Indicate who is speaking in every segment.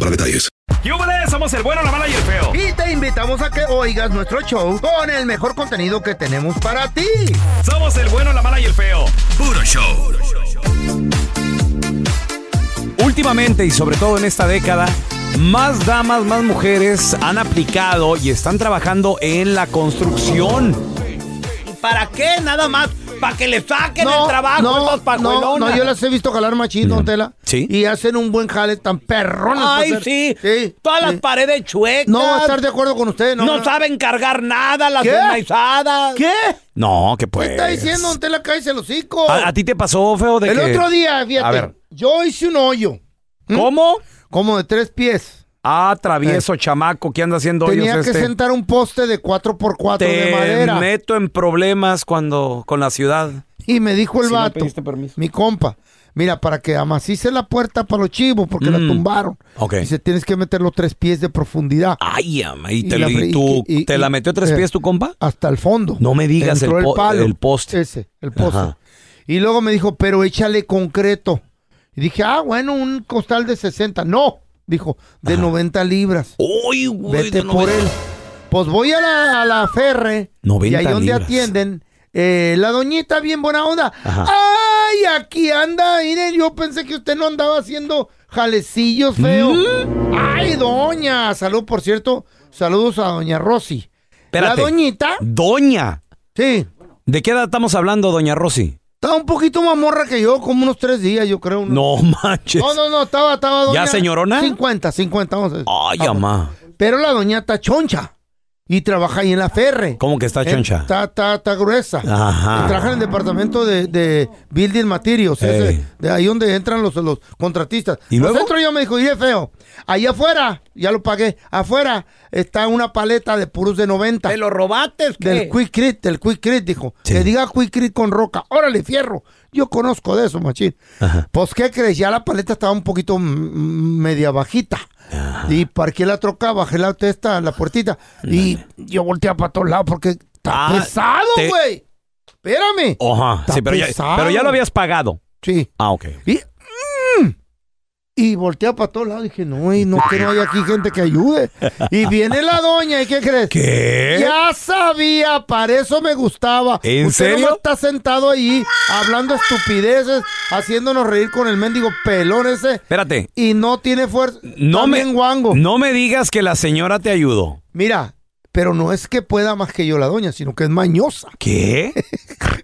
Speaker 1: para detalles.
Speaker 2: ¡Yúbales! Somos el bueno, la mala y el feo.
Speaker 3: Y te invitamos a que oigas nuestro show con el mejor contenido que tenemos para ti.
Speaker 2: Somos el bueno, la mala y el feo. Puro show.
Speaker 4: Últimamente y sobre todo en esta década, más damas, más mujeres han aplicado y están trabajando en la construcción.
Speaker 5: ¿Para qué? Nada más. Para que le saquen el trabajo
Speaker 3: no,
Speaker 5: esas
Speaker 3: no,
Speaker 5: pajuelonas.
Speaker 3: no, yo las he visto jalar machito, don Tela.
Speaker 4: Sí.
Speaker 3: Y hacen un buen jale tan perrones. para
Speaker 5: Ay,
Speaker 3: hacer-
Speaker 5: sí.
Speaker 3: sí.
Speaker 5: Todas
Speaker 3: sí.
Speaker 5: las paredes chuecas.
Speaker 3: No va a estar de acuerdo con usted, ¿no?
Speaker 5: No, saben cargar nada, las
Speaker 3: ¿Qué?
Speaker 5: enmaizadas.
Speaker 3: ¿Qué?
Speaker 4: No, que
Speaker 3: ¿Qué
Speaker 4: pues.
Speaker 3: está diciendo, don Tela? Cállese el hocico.
Speaker 4: ¿A, a ti te pasó, feo? De
Speaker 3: Oh. el
Speaker 4: que-
Speaker 3: otro día,
Speaker 4: A
Speaker 3: fíjate,
Speaker 4: ver.
Speaker 3: yo hice un hoyo. ¿Mm?
Speaker 4: ¿Cómo?
Speaker 3: Como de tres pies.
Speaker 4: Ah, travieso, chamaco, ¿qué anda haciendo
Speaker 3: Eh. Tenía
Speaker 4: hoyos
Speaker 3: que
Speaker 4: este?
Speaker 3: sentar un poste de 4x4 de
Speaker 4: Te
Speaker 3: madera.
Speaker 4: meto en problemas cuando con la ciudad.
Speaker 3: Y me dijo el
Speaker 4: Si no
Speaker 3: vato,
Speaker 4: pediste permiso.
Speaker 3: mi compa, mira, para que amacice la puerta para los chivos, porque la
Speaker 4: Mm.
Speaker 3: tumbaron.
Speaker 4: Ok.
Speaker 3: Dice, tienes que meter los tres pies de profundidad
Speaker 4: Ay, ama, y,
Speaker 3: Y
Speaker 4: te,
Speaker 3: la
Speaker 4: y
Speaker 3: fre- y
Speaker 4: tú-
Speaker 3: que- y-
Speaker 4: te
Speaker 3: y-
Speaker 4: la metió a tres
Speaker 3: eh,
Speaker 4: pies tu compa.
Speaker 3: hasta el fondo.
Speaker 4: No me digas el
Speaker 3: Entró
Speaker 4: po- el poste.
Speaker 3: Ese, el poste.
Speaker 4: Ajá.
Speaker 3: Y luego me dijo, pero échale concreto. Y dije, ah, bueno, un costal de 60. No, dijo, de 90 libras.
Speaker 4: Uy, güey,
Speaker 3: Vete
Speaker 4: de
Speaker 3: por
Speaker 4: noventa.
Speaker 3: él. Pues voy a la, a la ferre. y
Speaker 4: 90
Speaker 3: ahí donde
Speaker 4: libras.
Speaker 3: atienden. eh, la doñita bien buena onda.
Speaker 4: Ajá.
Speaker 3: Ay, aquí anda. Mire, yo pensé que usted no andaba haciendo jalecillos feo.
Speaker 4: ¿Mm?
Speaker 3: Ay, doña. Salud, por cierto. Saludos a doña Rosy.
Speaker 4: Espérate.
Speaker 3: La doñita.
Speaker 4: Doña.
Speaker 3: Sí.
Speaker 4: ¿De qué edad estamos hablando, doña Rosy?
Speaker 3: Estaba un poquito más morra que yo, como unos tres días, yo creo. unos-
Speaker 4: No manches.
Speaker 3: No, no, no, estaba, estaba doña.
Speaker 4: ¿Ya, señorona?
Speaker 3: 50, 50, vamos a decir.
Speaker 4: Ay, ama.
Speaker 3: Pero la doña está choncha y trabaja ahí en la ferre.
Speaker 4: ¿Cómo que está
Speaker 3: Eh,
Speaker 4: choncha?
Speaker 3: Está, está, está gruesa.
Speaker 4: Ajá.
Speaker 3: Y Trabaja en el departamento de, de Building Materials, ese,
Speaker 4: Ey.
Speaker 3: de ahí donde entran los, los contratistas.
Speaker 4: ¿Y luego?
Speaker 3: Nosotros yo me dijo, iré feo, ahí afuera, ya lo pagué, afuera está una paleta de puros de 90.
Speaker 5: ¿Te lo robaste? ¿qué?
Speaker 3: Del Quick Crit, del Quick Crit, dijo.
Speaker 4: Sí.
Speaker 3: Que diga Quick Crit con roca. Órale, fierro. Yo conozco de eso, machín. Pues, ¿qué crees? Ya la paleta estaba un poquito mm, media bajita. Y parqué la troca, bajé la testa, la puertita. Y yo volteé para todos lados porque está
Speaker 4: Ah,
Speaker 3: pesado,
Speaker 4: te-
Speaker 3: güey. Espérame.
Speaker 4: Ajá.
Speaker 3: Está
Speaker 4: Sí, pero ya,
Speaker 3: pesado.
Speaker 4: pero ya lo habías pagado.
Speaker 3: Sí.
Speaker 4: Ah, ok.
Speaker 3: Y, mm, y voltea para todos lados. Dije, no, y no que no haya aquí gente que ayude. Y viene la doña, ¿y qué crees?
Speaker 4: ¿Qué?
Speaker 3: Ya sabía, para eso me gustaba.
Speaker 4: ¿Eh? ¿En
Speaker 3: Usted
Speaker 4: serio?
Speaker 3: nomás está sentado ahí hablando estupideces, haciéndonos reír con el mendigo pelón ese
Speaker 4: Espérate.
Speaker 3: y no tiene fuerza.
Speaker 4: No me,
Speaker 3: También guango.
Speaker 4: no me digas que la señora te ayudó.
Speaker 3: Mira, pero no es que pueda más que yo la doña, sino que es mañosa.
Speaker 4: ¿Qué?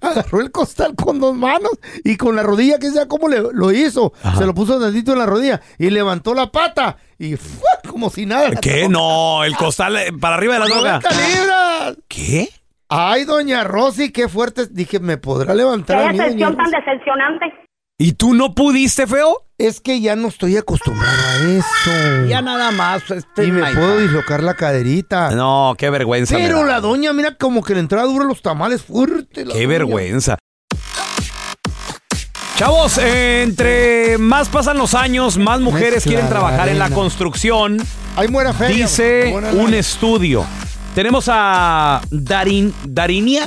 Speaker 3: Agarró el costal con dos manos y con la rodilla, que sea como le, lo hizo.
Speaker 4: Ajá.
Speaker 3: Se lo puso tantito en la rodilla y levantó la pata y fue como si nada.
Speaker 4: ¿Qué? No, el costal eh, para arriba de la droga.
Speaker 3: 90 libras.
Speaker 4: ¿Qué?
Speaker 3: Ay, doña Rosy, qué fuerte. Dije, ¿me podrá levantar a
Speaker 6: Qué
Speaker 3: mí, doña
Speaker 6: decepción tan
Speaker 3: Rosy?
Speaker 6: decepcionante.
Speaker 4: ¿Y tú no pudiste, feo?
Speaker 3: Es que ya no estoy acostumbrado a eso.
Speaker 5: Ya nada más. Este
Speaker 3: y me
Speaker 5: maíz.
Speaker 3: puedo dislocar la caderita.
Speaker 4: No, qué vergüenza. me
Speaker 3: Ah. Pero
Speaker 4: da.
Speaker 3: la doña, mira como que le entraba duro los tamales fuerte. la
Speaker 4: Qué
Speaker 3: doña.
Speaker 4: vergüenza. Chavos, eh, entre más pasan los años, más mujeres
Speaker 7: Mezcla
Speaker 4: quieren
Speaker 7: la
Speaker 4: trabajar en la
Speaker 7: arena.
Speaker 4: construcción.
Speaker 3: Hay buena feria,
Speaker 4: Dice
Speaker 3: buena
Speaker 4: un
Speaker 3: lana.
Speaker 4: estudio. Tenemos a Darin, Darinia.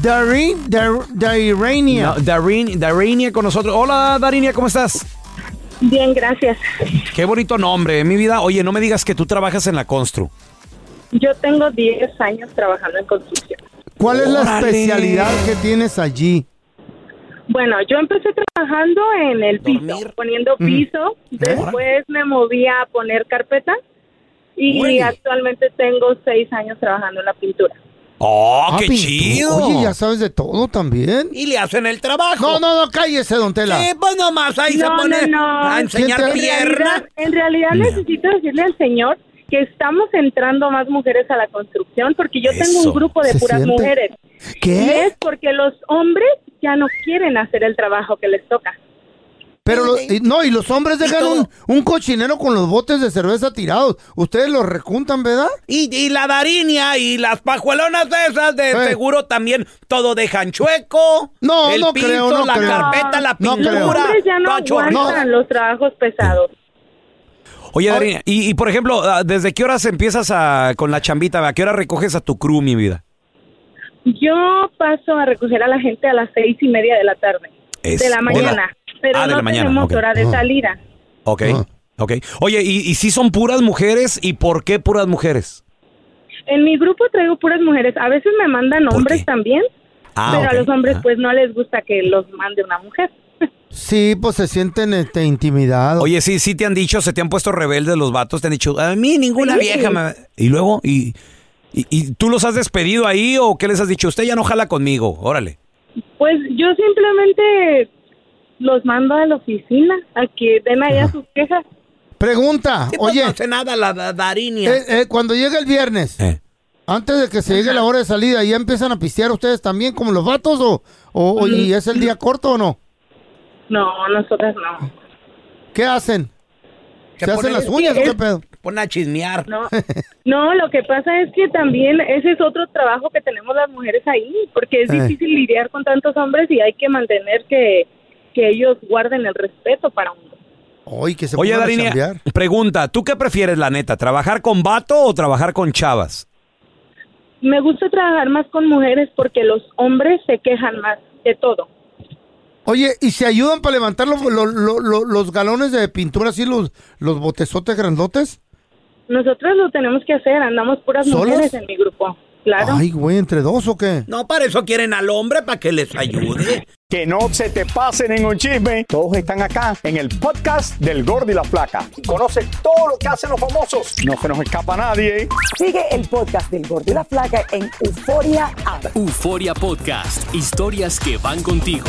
Speaker 3: Darin, Darinia.
Speaker 4: No, Darin, Darinia con nosotros. Hola, Darinia, ¿cómo estás?
Speaker 6: Bien, gracias.
Speaker 4: Qué bonito nombre, ¿eh? mi vida. Oye, no me digas que tú trabajas en la constru.
Speaker 6: Yo tengo 10 años trabajando en construcción.
Speaker 3: ¿Cuál es la
Speaker 6: Órale.
Speaker 3: especialidad que tienes allí?
Speaker 6: Bueno, yo empecé trabajando en el piso, poniendo
Speaker 3: Mm.
Speaker 6: piso. Después me moví a poner carpeta. Y
Speaker 4: Órale.
Speaker 6: actualmente tengo 6 años trabajando en la pintura.
Speaker 4: ¡Oh,
Speaker 3: Ah,
Speaker 4: qué
Speaker 3: pintura.
Speaker 4: chido!
Speaker 3: Oye, ya sabes de todo también.
Speaker 8: Y le hacen el trabajo.
Speaker 3: No, no, no, cállese, don Tela.
Speaker 8: Sí, pues nomás ahí se
Speaker 6: No,
Speaker 8: pone
Speaker 6: no, no.
Speaker 8: a enseñar
Speaker 3: ¿Quién te-
Speaker 8: piernas.
Speaker 6: realidad- en realidad necesito decirle al señor que estamos entrando más mujeres a la construcción porque yo tengo
Speaker 4: Eso.
Speaker 6: un grupo de
Speaker 3: ¿Se
Speaker 6: puras
Speaker 3: siente?
Speaker 6: mujeres.
Speaker 3: ¿Qué?
Speaker 6: Y es porque los hombres ya no quieren hacer el trabajo que les toca.
Speaker 3: Pero lo- y- no, y los hombres dejan un, un cochinero con los botes de cerveza tirados. Ustedes los recuntan, ¿verdad?
Speaker 8: Y, y la darinia y las pajuelonas esas de
Speaker 3: Eh.
Speaker 8: seguro también todo dejan chueco.
Speaker 3: No,
Speaker 8: el
Speaker 3: no
Speaker 8: piso,
Speaker 3: creo, no
Speaker 8: la
Speaker 3: creo.
Speaker 8: carpeta, la
Speaker 3: No
Speaker 8: pintura.
Speaker 3: creo.
Speaker 6: Los hombres ya no
Speaker 8: todo chorro.
Speaker 6: aguantan los trabajos pesados.
Speaker 4: Oye, Darinia, y, y, por ejemplo, ah, ¿desde qué horas empiezas a- con la chambita? ¿A qué hora recoges a tu crew, mi vida?
Speaker 6: Yo paso a recoger a la gente a las seis y media de la tarde,
Speaker 4: Es
Speaker 6: de la
Speaker 4: hora.
Speaker 6: mañana, pero
Speaker 4: Ah, de
Speaker 6: no
Speaker 4: la mañana,
Speaker 6: tenemos
Speaker 4: ok.
Speaker 6: hora de salida.
Speaker 4: Ok,
Speaker 3: Ah.
Speaker 4: ok. Oye, ¿y, y si son puras mujeres? ¿Y por qué puras mujeres?
Speaker 6: En mi grupo traigo puras mujeres. A veces me mandan hombres también,
Speaker 4: Ah,
Speaker 6: pero
Speaker 4: ok.
Speaker 6: a los hombres
Speaker 4: Ah.
Speaker 6: pues no les gusta que los mande una mujer.
Speaker 3: Sí, pues se sienten este, intimidados.
Speaker 4: Oye, sí, sí te han dicho, se te han puesto rebeldes los vatos, te han dicho, a mí ninguna
Speaker 6: Sí.
Speaker 4: vieja me... Y luego, y, y, y tú los has despedido ahí o qué les has dicho? Usted ya no jala conmigo, órale.
Speaker 6: Pues yo simplemente los mando a la oficina a que den allá sus quejas.
Speaker 3: Pregunta,
Speaker 8: Sí, pues,
Speaker 3: oye,
Speaker 8: no hace nada la, la darinia.
Speaker 3: eh, eh, cuando llega el viernes,
Speaker 4: Eh.
Speaker 3: antes de que se llegue la hora de salida, ¿ya empiezan a pistear ustedes también como los vatos o, o- o- y es el día corto o no?
Speaker 6: No, nosotras no.
Speaker 3: ¿Qué hacen?
Speaker 8: Se
Speaker 3: ¿Se hacen
Speaker 8: ponen-
Speaker 3: las uñas o qué pedo?
Speaker 8: Pone a chismear.
Speaker 6: No, no, lo que pasa es que también ese es otro trabajo que tenemos las mujeres ahí, porque es
Speaker 3: Eh.
Speaker 6: difícil lidiar con tantos hombres y hay que mantener que, que ellos guarden el respeto para uno.
Speaker 3: Oye, que se
Speaker 4: Oye,
Speaker 3: pongan a
Speaker 4: Darinia,
Speaker 3: chambear.
Speaker 4: pregunta, ¿tú qué prefieres, la neta, trabajar con vato o trabajar con chavas?
Speaker 6: Me gusta trabajar más con mujeres porque los hombres se quejan más de todo.
Speaker 3: Oye, ¿y se ayudan para levantar los, los- los- los- los galones de pintura así, los, los botezotes grandotes?
Speaker 6: Nosotros lo tenemos que hacer, andamos puras
Speaker 3: ¿Solos?
Speaker 6: mujeres en mi grupo. Claro.
Speaker 3: Ay, güey, ¿entre dos o qué?
Speaker 8: No, para eso quieren al hombre, para que les ayude.
Speaker 9: Que no se te pasen en un chisme. Todos están acá en el podcast del Gordi y la Flaca. Y conoce todo lo que hacen los famosos. No se nos escapa nadie.
Speaker 10: Sigue el podcast del Gordo y la Flaca en Euforia App.
Speaker 11: Euforia Podcast. Historias que van contigo.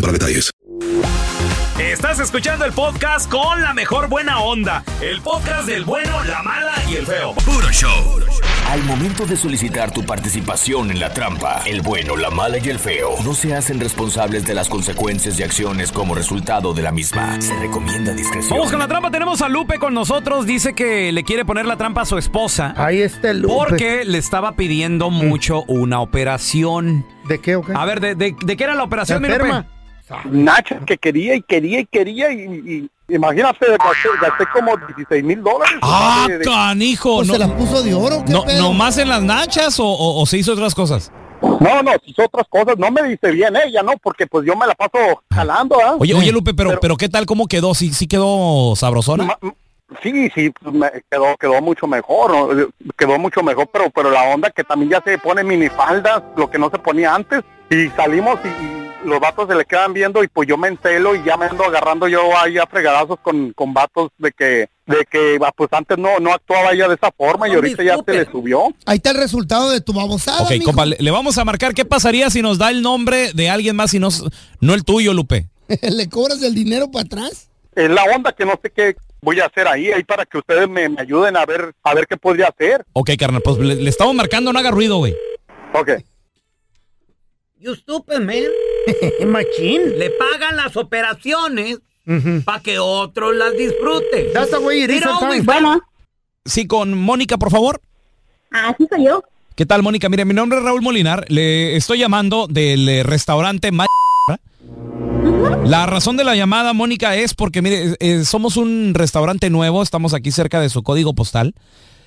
Speaker 1: para detalles.
Speaker 12: Estás escuchando el podcast con la mejor buena onda. El podcast del bueno, la mala y el feo.
Speaker 11: Puro show. Al momento de solicitar tu participación en la trampa, el bueno, la mala y el feo no se hacen responsables de las consecuencias y acciones como resultado de la misma. Se recomienda discreción.
Speaker 4: Vamos con la trampa, tenemos a Lupe con nosotros, dice que le quiere poner la trampa a su esposa.
Speaker 3: Ahí está Lupe.
Speaker 4: Porque le estaba pidiendo mucho una operación.
Speaker 3: ¿De qué o
Speaker 4: A ver, ¿de, de, de qué era la operación, mi Lupe?
Speaker 3: ¿Enferma?
Speaker 6: nachas que quería y quería y quería y, y imagínate, gasté, gasté como 16 mil dólares.
Speaker 4: Ah,
Speaker 6: De- de-
Speaker 4: canijo.
Speaker 6: Pues, ¿se las
Speaker 4: puso de oro? No, ¿Nomás en las nachas o, o- o se hizo otras cosas?
Speaker 6: No, no, hizo otras cosas, no me dice bien ella, ¿no? Porque pues yo me la paso jalando, ¿ah?
Speaker 4: Oye, oye, Lupe, pero, pero, ¿qué tal? ¿Cómo quedó? ¿Sí, sí quedó sabrosona?
Speaker 6: Sí, sí, me quedó, quedó mucho mejor, ¿no? quedó mucho mejor, pero, pero la onda que también ya se pone minifaldas, lo que no se ponía antes, y salimos y, y los vatos se le quedan viendo y pues yo me encelo y ya me ando agarrando yo ahí a fregadazos con, con vatos de que, de que ah, pues antes no, no actuaba ella de esa forma y ahorita ya se le subió.
Speaker 13: Ahí está el resultado de tu babosada.
Speaker 4: ok,
Speaker 13: mijo.
Speaker 4: compa, le, le vamos a marcar qué pasaría si nos da el nombre de alguien más y no, no el tuyo, Lupe.
Speaker 13: ¿Le cobras el dinero para atrás?
Speaker 6: Es la onda que no sé qué voy a hacer ahí, ahí para que ustedes me, me ayuden a ver, a ver qué podría hacer.
Speaker 4: Ok, carnal, pues le, le estamos marcando, no haga ruido, güey.
Speaker 6: Ok.
Speaker 14: You stupid man. Le pagan las operaciones para que otros las disfruten.
Speaker 3: That's the way it is sometimes. Bueno.
Speaker 4: Sí, con Mónica, por favor.
Speaker 15: Ah, sí soy yo.
Speaker 4: ¿Qué tal, Mónica? Mire, mi nombre es Raúl Molinar. Le estoy llamando del eh, restaurante Ma- La razón de la llamada, Mónica, es porque, mire, eh, eh, somos un restaurante nuevo, estamos aquí cerca de su código postal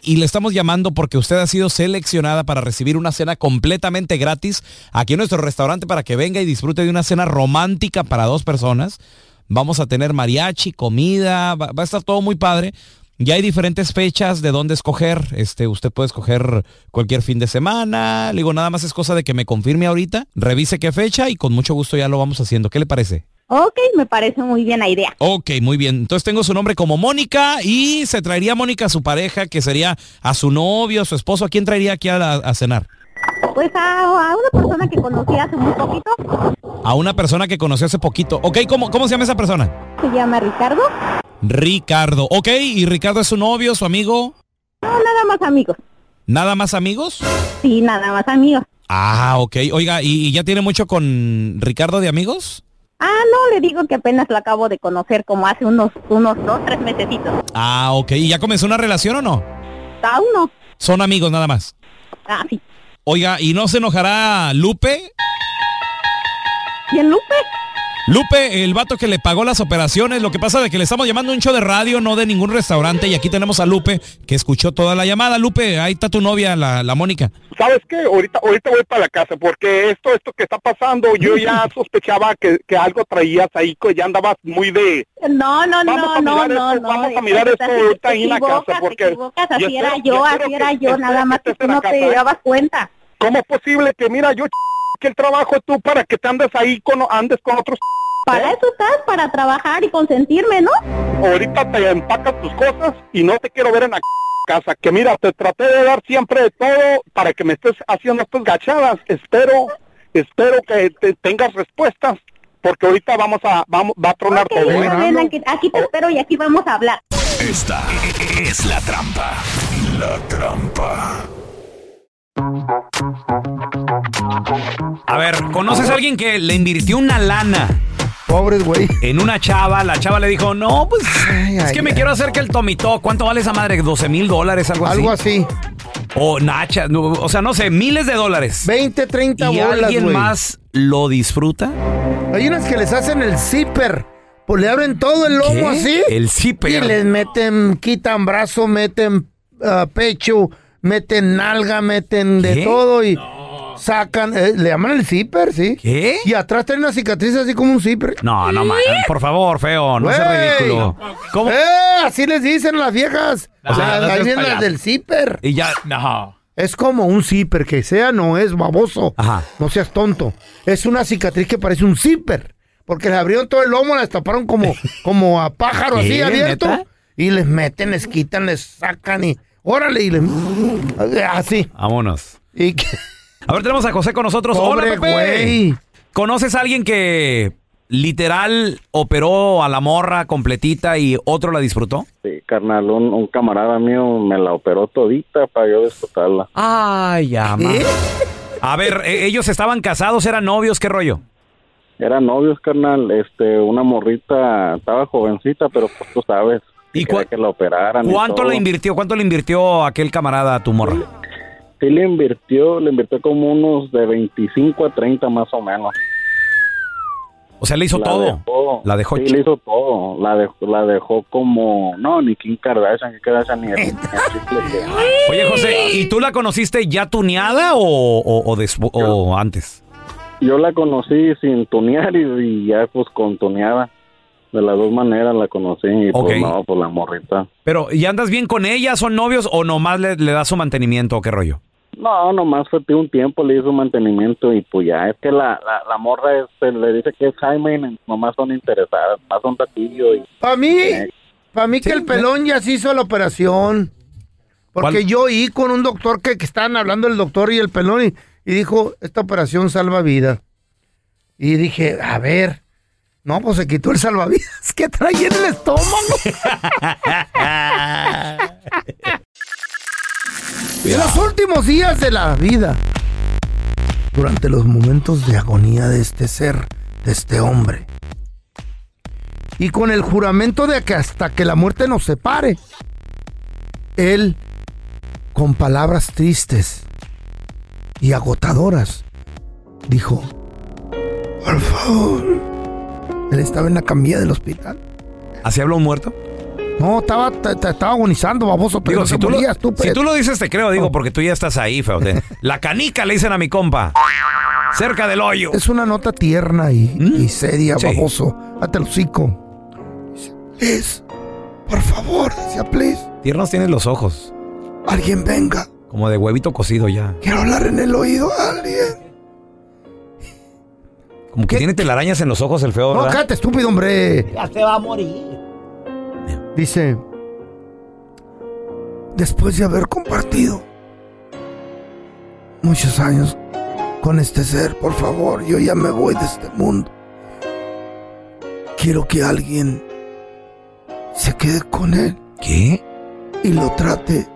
Speaker 4: y le estamos llamando porque usted ha sido seleccionada para recibir una cena completamente gratis aquí en nuestro restaurante para que venga y disfrute de una cena romántica para dos personas. Vamos a tener mariachi, comida, va, va a estar todo muy padre. Ya hay diferentes fechas de dónde escoger. Este, usted puede escoger cualquier fin de semana. Le digo, nada más es cosa de que me confirme ahorita, revise qué fecha y con mucho gusto ya lo vamos haciendo. ¿Qué le parece?
Speaker 15: Ok, me parece muy bien la idea.
Speaker 4: Ok, muy bien. Entonces tengo su nombre como Mónica y se traería a Mónica a su pareja, que sería a su novio, a su esposo. ¿A quién traería aquí a, la- a cenar?
Speaker 15: Pues a, a una persona que conocí hace muy poquito,
Speaker 4: A una persona que conoció hace poquito. Ok, ¿cómo, cómo se llama esa persona?
Speaker 15: se llama Ricardo.
Speaker 4: Ricardo. Ok, ¿y Ricardo es su novio, su amigo?
Speaker 15: No, nada más amigos.
Speaker 4: ¿Nada más amigos?
Speaker 15: Sí, nada más amigos.
Speaker 4: Ah, ok. Oiga, ¿y, y ya tiene mucho con Ricardo de amigos?
Speaker 15: Ah, no, le digo que apenas lo acabo de conocer como hace unos, unos dos, tres mesecitos.
Speaker 4: Ah, ok. ¿Y ya comenzó una relación o no?
Speaker 15: Aún no.
Speaker 4: Son amigos nada más.
Speaker 15: Ah, sí.
Speaker 4: Oiga, ¿y no se enojará Lupe?
Speaker 15: ¿Quién Lupe?
Speaker 4: Lupe, el vato que le pagó las operaciones, lo que pasa de que le estamos llamando a un show de radio, no de ningún restaurante, y aquí tenemos a Lupe, que escuchó toda la llamada. Lupe, ahí está tu novia, la, la Mónica.
Speaker 6: ¿Sabes qué? Ahorita, ahorita voy para la casa porque esto, esto que está pasando, yo ya sospechaba que, que algo traías ahí, que ya andabas muy de...
Speaker 15: No, no,
Speaker 6: Vamos
Speaker 15: no, no,
Speaker 6: a mirar
Speaker 15: no,
Speaker 6: esto,
Speaker 15: no.
Speaker 6: vamos a
Speaker 15: eh,
Speaker 6: mirar
Speaker 15: te
Speaker 6: esto ahorita ahí en la
Speaker 15: equivocas,
Speaker 6: casa,
Speaker 15: te
Speaker 6: porque-
Speaker 15: equivocas,
Speaker 6: y
Speaker 15: así era
Speaker 6: espero-
Speaker 15: yo,
Speaker 6: y espero
Speaker 15: así era
Speaker 6: que- este
Speaker 15: yo, nada
Speaker 6: espero
Speaker 15: más
Speaker 6: que
Speaker 15: que
Speaker 6: estés
Speaker 15: tú
Speaker 6: en la
Speaker 15: no
Speaker 6: casa,
Speaker 15: te
Speaker 6: ¿eh?
Speaker 15: dabas cuenta.
Speaker 6: ¿Cómo es posible que, mira, yo que el trabajo tú para que te andes ahí, con, andes con otros...
Speaker 15: Para
Speaker 6: ¿Eh?
Speaker 15: eso estás, para trabajar y consentirme, ¿no?
Speaker 6: Ahorita te empacas tus cosas y no te quiero ver en la casa. Que mira, te traté de dar siempre de todo para que me estés haciendo estas gachadas. Espero, espero que te- tengas respuestas porque ahorita vamos a, vamos, va a tronar todo.
Speaker 15: Ven,
Speaker 6: ¿eh?
Speaker 15: ven, aquí, aquí te espero y aquí vamos a hablar.
Speaker 1: Esta es la trampa. La trampa.
Speaker 16: A ver, ¿conoces a alguien que le invirtió una lana?
Speaker 3: Pobres, güey.
Speaker 16: En una chava, la chava le dijo, no, pues es
Speaker 3: ay,
Speaker 16: que me
Speaker 3: ay.
Speaker 16: quiero hacer que el tomitó. ¿Cuánto vale esa madre? ¿12 mil dólares? Algo así.
Speaker 3: Algo así.
Speaker 16: O nachas, no, o sea, no sé, miles de dólares.
Speaker 3: 20, 30
Speaker 16: ¿Y
Speaker 3: bolas,
Speaker 16: alguien
Speaker 3: güey.
Speaker 16: más lo disfruta?
Speaker 3: Hay unas que les hacen el zipper. Pues le abren todo el lomo
Speaker 16: ¿Qué?
Speaker 3: así.
Speaker 16: El zipper.
Speaker 3: Y les meten, quitan brazo, meten ah, pecho, meten nalga, meten de todo y sacan, eh, le llaman el zipper, ¿sí?
Speaker 16: ¿Qué?
Speaker 3: Y atrás tienen una cicatriz así como un zipper.
Speaker 16: No, no, man, por favor, feo, no
Speaker 3: Güey.
Speaker 16: sea ridículo. ¿Cómo?
Speaker 3: ¡Eh! Así les dicen las viejas.
Speaker 16: O sea,
Speaker 3: Las-
Speaker 16: no
Speaker 3: ahí
Speaker 16: seas
Speaker 3: vienen las
Speaker 16: payaso.
Speaker 3: del zipper.
Speaker 16: Y ya, no.
Speaker 3: Es como un zipper, que sea no es baboso. No seas tonto. Es una cicatriz que parece un zipper. Porque les abrieron todo el lomo, las taparon como, como a pájaro así
Speaker 16: ¿Qué?
Speaker 3: abierto.
Speaker 16: ¿Neta?
Speaker 3: Y les meten, les quitan, les sacan y. Órale, y les. Así.
Speaker 16: Vámonos.
Speaker 3: Y que-
Speaker 16: A ver, tenemos a José con nosotros.
Speaker 3: Pobre
Speaker 16: Hola, Pues, Pepe.
Speaker 3: güey.
Speaker 16: ¿Conoces a alguien que literal operó a la morra completita y otro la disfrutó?
Speaker 11: Sí, este, carnal, un, un camarada mío me la operó todita para yo disfrutarla.
Speaker 16: Ay, ama.
Speaker 3: ¿Eh?
Speaker 16: A ver, e- ellos estaban casados, eran novios, ¿qué rollo?
Speaker 11: Eran novios, carnal, este, una morrita, estaba jovencita, pero pues tú sabes.
Speaker 16: ¿Y
Speaker 11: que la operaran. y
Speaker 16: ¿Cuánto
Speaker 11: todo.
Speaker 16: le invirtió? ¿Cuánto le invirtió aquel camarada a tu morra?
Speaker 11: Sí le invirtió, le invirtió como unos de 25 a 30 más o menos.
Speaker 16: O
Speaker 4: O sea, le hizo
Speaker 17: La
Speaker 4: todo.
Speaker 17: dejó.
Speaker 4: La dejó
Speaker 17: Sí,
Speaker 4: hecha.
Speaker 17: le hizo todo. La dejó, la dejó como. No, ni Kim Kardashian, ni Kardashian, ni el, ni el chicle que-
Speaker 4: Oye, José, ¿y tú la conociste ya tuneada o, o- o despu- o antes?
Speaker 17: Yo la conocí sin tunear y, y ya, pues con tuneada. De las dos maneras la conocí y
Speaker 4: Ok.
Speaker 17: pues no, pues la morrita.
Speaker 4: Pero, ¿y andas bien con ella? ¿Son novios o nomás le, le das su mantenimiento o qué rollo?
Speaker 17: No, nomás fue un tiempo, le hizo mantenimiento y pues ya, es que la, la, la morra es- se le dice que es Jaime y nomás son interesadas, más son tatillo y...
Speaker 3: Para mí, para mí que el pelón ya se hizo la operación. Porque yo oí con un doctor que, que estaban hablando el doctor y el pelón y, y dijo, esta operación salva vida. Y dije, a ver, no, pues se quitó el salvavidas que trae en el estómago. En los últimos días de la vida, durante los momentos de agonía de este ser, de este hombre, y con el juramento de que hasta que la muerte nos separe, él, con palabras tristes y agotadoras, dijo, por favor, él estaba en la camilla del hospital.
Speaker 4: ¿Así habló un muerto?
Speaker 3: No, estaba, t- t- estaba agonizando, baboso, pero
Speaker 4: Digo,
Speaker 3: no
Speaker 4: si
Speaker 3: te
Speaker 4: tú, lo,
Speaker 3: morías, tú,
Speaker 4: si
Speaker 3: pues.
Speaker 4: tú lo dices, te creo, digo, porque tú ya estás ahí, feo. Te- La canica le dicen a mi compa. Cerca del hoyo.
Speaker 3: Es una nota tierna y, y seria,
Speaker 4: ¿Mm? Sí.
Speaker 3: baboso. Hasta el hocico. Dice, please, por favor, decía, please,
Speaker 4: Tiernos tienes los ojos,
Speaker 3: alguien venga.
Speaker 4: como de huevito cocido ya.
Speaker 3: Quiero hablar en el oído a alguien.
Speaker 4: Como que tiene telarañas en los ojos el feo,
Speaker 3: No,
Speaker 4: ¿verdad?
Speaker 3: cállate, estúpido, hombre.
Speaker 5: Ya se va a morir.
Speaker 3: Dice, después de haber compartido muchos años con este ser, por favor, yo ya me voy de este mundo. Quiero que alguien se quede con él.
Speaker 4: ¿Qué?
Speaker 3: Y lo trate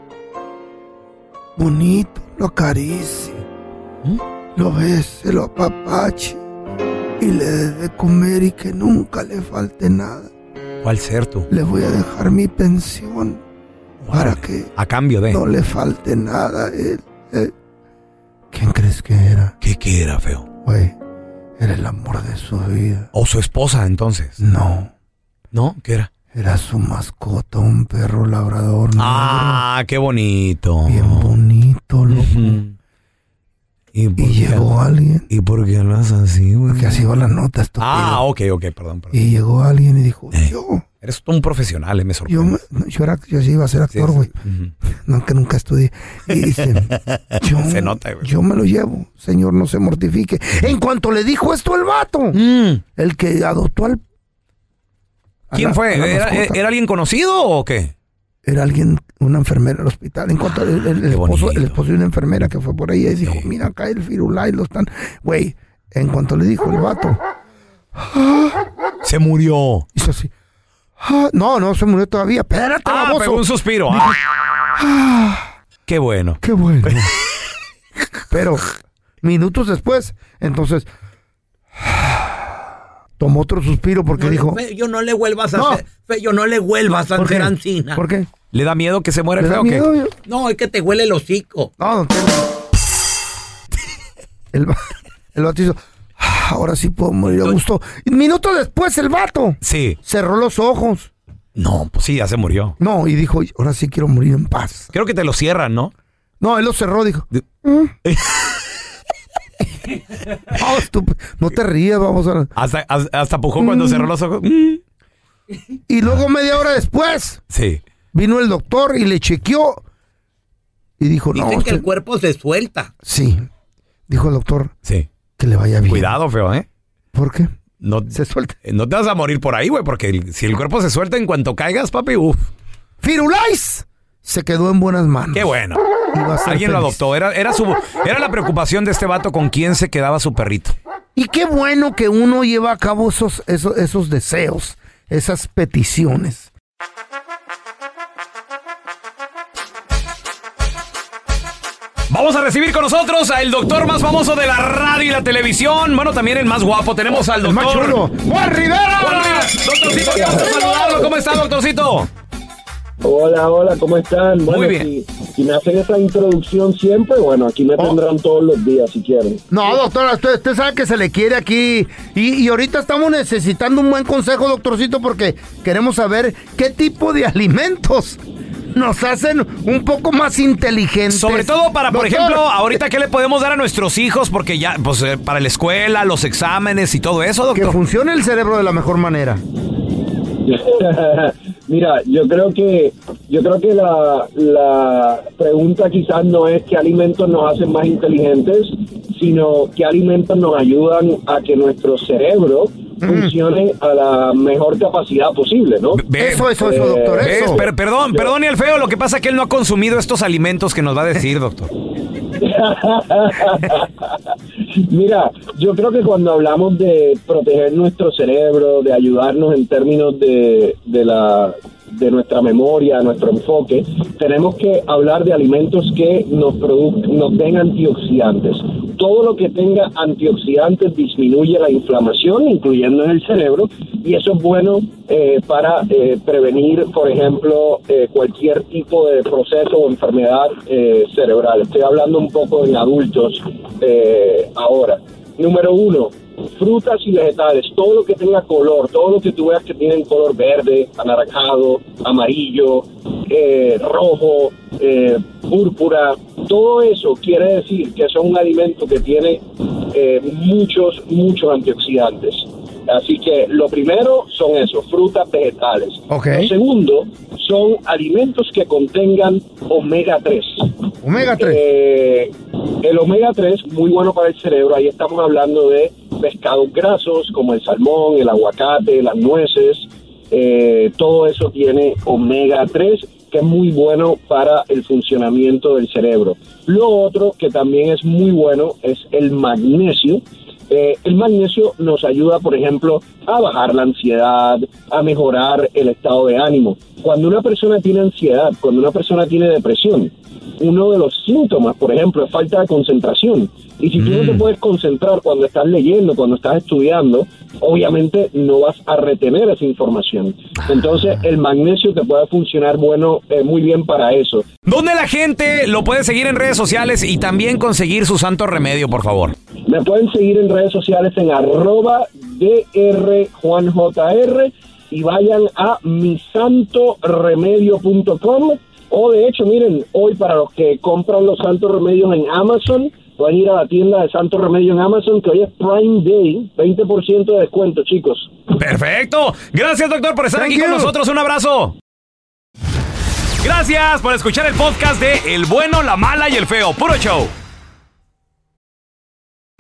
Speaker 3: bonito, lo acaricie, lo bese, lo apapache y le dé de comer y que nunca le falte nada.
Speaker 4: ¿Cuál ser tú?
Speaker 3: Le voy a dejar mi pensión para que
Speaker 4: A cambio de.
Speaker 3: no le falte nada. a él. Eh, ¿Quién crees que era?
Speaker 4: ¿Qué, qué era, feo?
Speaker 3: Güey, era el amor de su vida.
Speaker 4: ¿O su esposa entonces?
Speaker 3: No.
Speaker 4: ¿No? ¿Qué era?
Speaker 3: Era su mascota, un perro labrador. ¿no?
Speaker 4: Ah, qué bonito. Bien
Speaker 3: bonito,
Speaker 4: loco. ¿Y, por qué-
Speaker 3: llegó alguien.
Speaker 4: ¿Y por qué hablas así, güey?
Speaker 3: Porque así va la nota, estúpido.
Speaker 4: Ah, ok, ok, perdón, perdón.
Speaker 3: Y llegó alguien y dijo,
Speaker 4: Eres un profesional, eh, me sorprende.
Speaker 3: yo, me- no, yo, era, yo sí iba a ser actor, güey. No, que nunca estudié. Y dice, yo,
Speaker 4: Se nota, güey.
Speaker 3: yo me lo llevo, señor, no se mortifique. En cuanto le dijo esto el vato, el que adoptó al... a
Speaker 4: Mm. ¿Quién
Speaker 3: la-
Speaker 4: fue?
Speaker 3: a la
Speaker 4: ¿Era,
Speaker 3: mascota.
Speaker 4: era alguien conocido o qué?
Speaker 3: Era alguien, una enfermera del hospital. En cuanto el, el- el esposo, el esposo de una enfermera que fue por ahí, y dijo, mira, acá el firulai, lo están... Güey, en cuanto le dijo el vato...
Speaker 4: Se murió.
Speaker 3: Hizo así. Ah, no, no se murió todavía. Espérate,
Speaker 4: Ah,
Speaker 3: baboso.
Speaker 4: pegó un suspiro.
Speaker 3: Dijo, "Ah,
Speaker 4: Qué bueno.
Speaker 3: qué bueno. Pero minutos después, entonces tomó otro suspiro porque dijo,
Speaker 5: Fe, yo no le vuelvas a
Speaker 3: No.
Speaker 5: hacer. fe, yo no le vuelvas a
Speaker 3: ¿Por
Speaker 5: hacer
Speaker 3: qué?
Speaker 5: ancina.
Speaker 3: ¿por qué?
Speaker 4: ¿Le da miedo que se muera el
Speaker 3: ¿Le da
Speaker 4: feo o qué?
Speaker 3: miedo?
Speaker 5: No, es que te huele el hocico.
Speaker 3: No, don Tela. El, va- el vato hizo, "Ah, ahora sí puedo morir a gusto. Y Minutos después el vato
Speaker 4: Sí.
Speaker 3: cerró los ojos.
Speaker 4: No, pues sí, ya se murió.
Speaker 3: No, y dijo, ahora sí quiero morir en paz.
Speaker 4: Creo que te lo cierran, ¿no?
Speaker 3: No, él lo cerró, dijo. "Mm". Oh, estúpido. no te rías, vamos a...
Speaker 4: Hasta, hasta, hasta pujó cuando
Speaker 3: Mm.
Speaker 4: cerró los ojos. Mm.
Speaker 3: Y luego media hora después
Speaker 4: Sí.
Speaker 3: vino el doctor y le chequeó y dijo, no,
Speaker 5: Dicen que el
Speaker 3: usted-
Speaker 5: cuerpo se suelta.
Speaker 3: sí, dijo el doctor,
Speaker 4: Sí.
Speaker 3: que le vaya bien.
Speaker 4: Cuidado, feo, ¿eh?
Speaker 3: ¿Por qué?
Speaker 4: No, se
Speaker 3: suelta.
Speaker 4: No te vas a morir por ahí, güey, porque el- si el cuerpo se suelta en cuanto caigas, papi, uff.
Speaker 3: Firulais se quedó en buenas manos.
Speaker 4: Qué bueno.
Speaker 3: Iba a ser
Speaker 4: Alguien lo
Speaker 3: feliz.
Speaker 4: adoptó. Era, era, su, era la preocupación de este vato con quién se quedaba su perrito.
Speaker 3: Y qué bueno que uno lleva a cabo esos, esos, esos deseos, esas peticiones.
Speaker 4: Vamos a recibir con nosotros al doctor más famoso de la radio y la televisión. Bueno, también el más guapo. Tenemos
Speaker 3: El
Speaker 4: al doctor.
Speaker 3: más chulo. ¡Juan Rivera!
Speaker 4: Juan Rivera. Doctorcito, qué gusto saludarlo. ¿Cómo está, doctorcito?
Speaker 11: Hola, hola, ¿cómo están? Bueno,
Speaker 3: bien.
Speaker 11: Si, si me hacen esta introducción siempre, bueno, aquí me tendrán todos los días si quieren.
Speaker 3: No, doctora, usted, usted sabe que se le quiere aquí. Y, y ahorita estamos necesitando un buen consejo, doctorcito, porque queremos saber qué tipo de alimentos nos hacen un poco más inteligentes.
Speaker 2: Sobre todo para, por
Speaker 3: Doctor,
Speaker 2: ejemplo, ahorita qué le podemos dar a nuestros hijos, porque ya, pues eh, para la escuela, los exámenes y todo eso,
Speaker 3: Que
Speaker 2: doctor.
Speaker 3: funcione el cerebro de la mejor manera.
Speaker 11: Mira, yo creo que yo creo que la, la pregunta quizás no es qué alimentos nos hacen más inteligentes, sino qué alimentos nos ayudan a que nuestro cerebro funcione a la mejor capacidad posible, ¿no?
Speaker 3: Eso, eso,
Speaker 11: Eh,
Speaker 3: eso, doctor.
Speaker 2: ¿Ves?
Speaker 3: Eso.
Speaker 2: Per- perdón, perdón y el feo, lo que pasa es que él no ha consumido estos alimentos que nos va a decir, doctor.
Speaker 11: Mira, yo creo que cuando hablamos de proteger nuestro cerebro, de ayudarnos en términos de, de la de nuestra memoria, nuestro enfoque, tenemos que hablar de alimentos que nos produ- nos den antioxidantes. Todo lo que tenga antioxidantes disminuye la inflamación, incluyendo en el cerebro, y eso es bueno eh, para eh, prevenir, por ejemplo, eh, cualquier tipo de proceso o enfermedad eh, cerebral. Estoy hablando un poco en adultos eh, ahora. Número uno, frutas y vegetales, todo lo que tenga color, todo lo que tú veas que tienen color verde, anaranjado, amarillo, eh, rojo, eh, púrpura, todo eso quiere decir que son un alimento que tiene eh, muchos, muchos antioxidantes. Así que lo primero son eso, frutas, vegetales.
Speaker 3: Ok.
Speaker 11: Lo segundo son alimentos que contengan omega 3.
Speaker 3: Omega 3.
Speaker 11: Eh, el omega 3, muy bueno para el cerebro. Ahí estamos hablando de pescados grasos como el salmón, el aguacate, las nueces. Eh, todo eso tiene omega 3, que es muy bueno para el funcionamiento del cerebro. Lo otro que también es muy bueno es el magnesio. Eh, el magnesio nos ayuda, por ejemplo, a bajar la ansiedad, a mejorar el estado de ánimo. Cuando una persona tiene ansiedad, cuando una persona tiene depresión, uno de los síntomas, por ejemplo, es falta de concentración. Y si tú no te puedes concentrar cuando estás leyendo, cuando estás estudiando, obviamente no vas a retener esa información. Entonces, el magnesio te puede funcionar bueno, eh, muy bien para eso.
Speaker 2: ¿Dónde la gente lo puede seguir en redes sociales y también conseguir su santo remedio, por favor?
Speaker 11: Me pueden seguir en redes sociales en arroba drjuanjr y vayan a misantoremedio.com o de hecho, miren, hoy para los que compran los santos remedios en Amazon, pueden ir a la tienda de Santo Remedio en Amazon, que hoy es Prime Day, 20% de descuento, chicos.
Speaker 2: Perfecto. Gracias, doctor, por estar
Speaker 11: Thank
Speaker 2: aquí
Speaker 11: you.
Speaker 2: con nosotros. Un abrazo. Gracias por escuchar el podcast de El bueno, la mala y el feo. Puro show.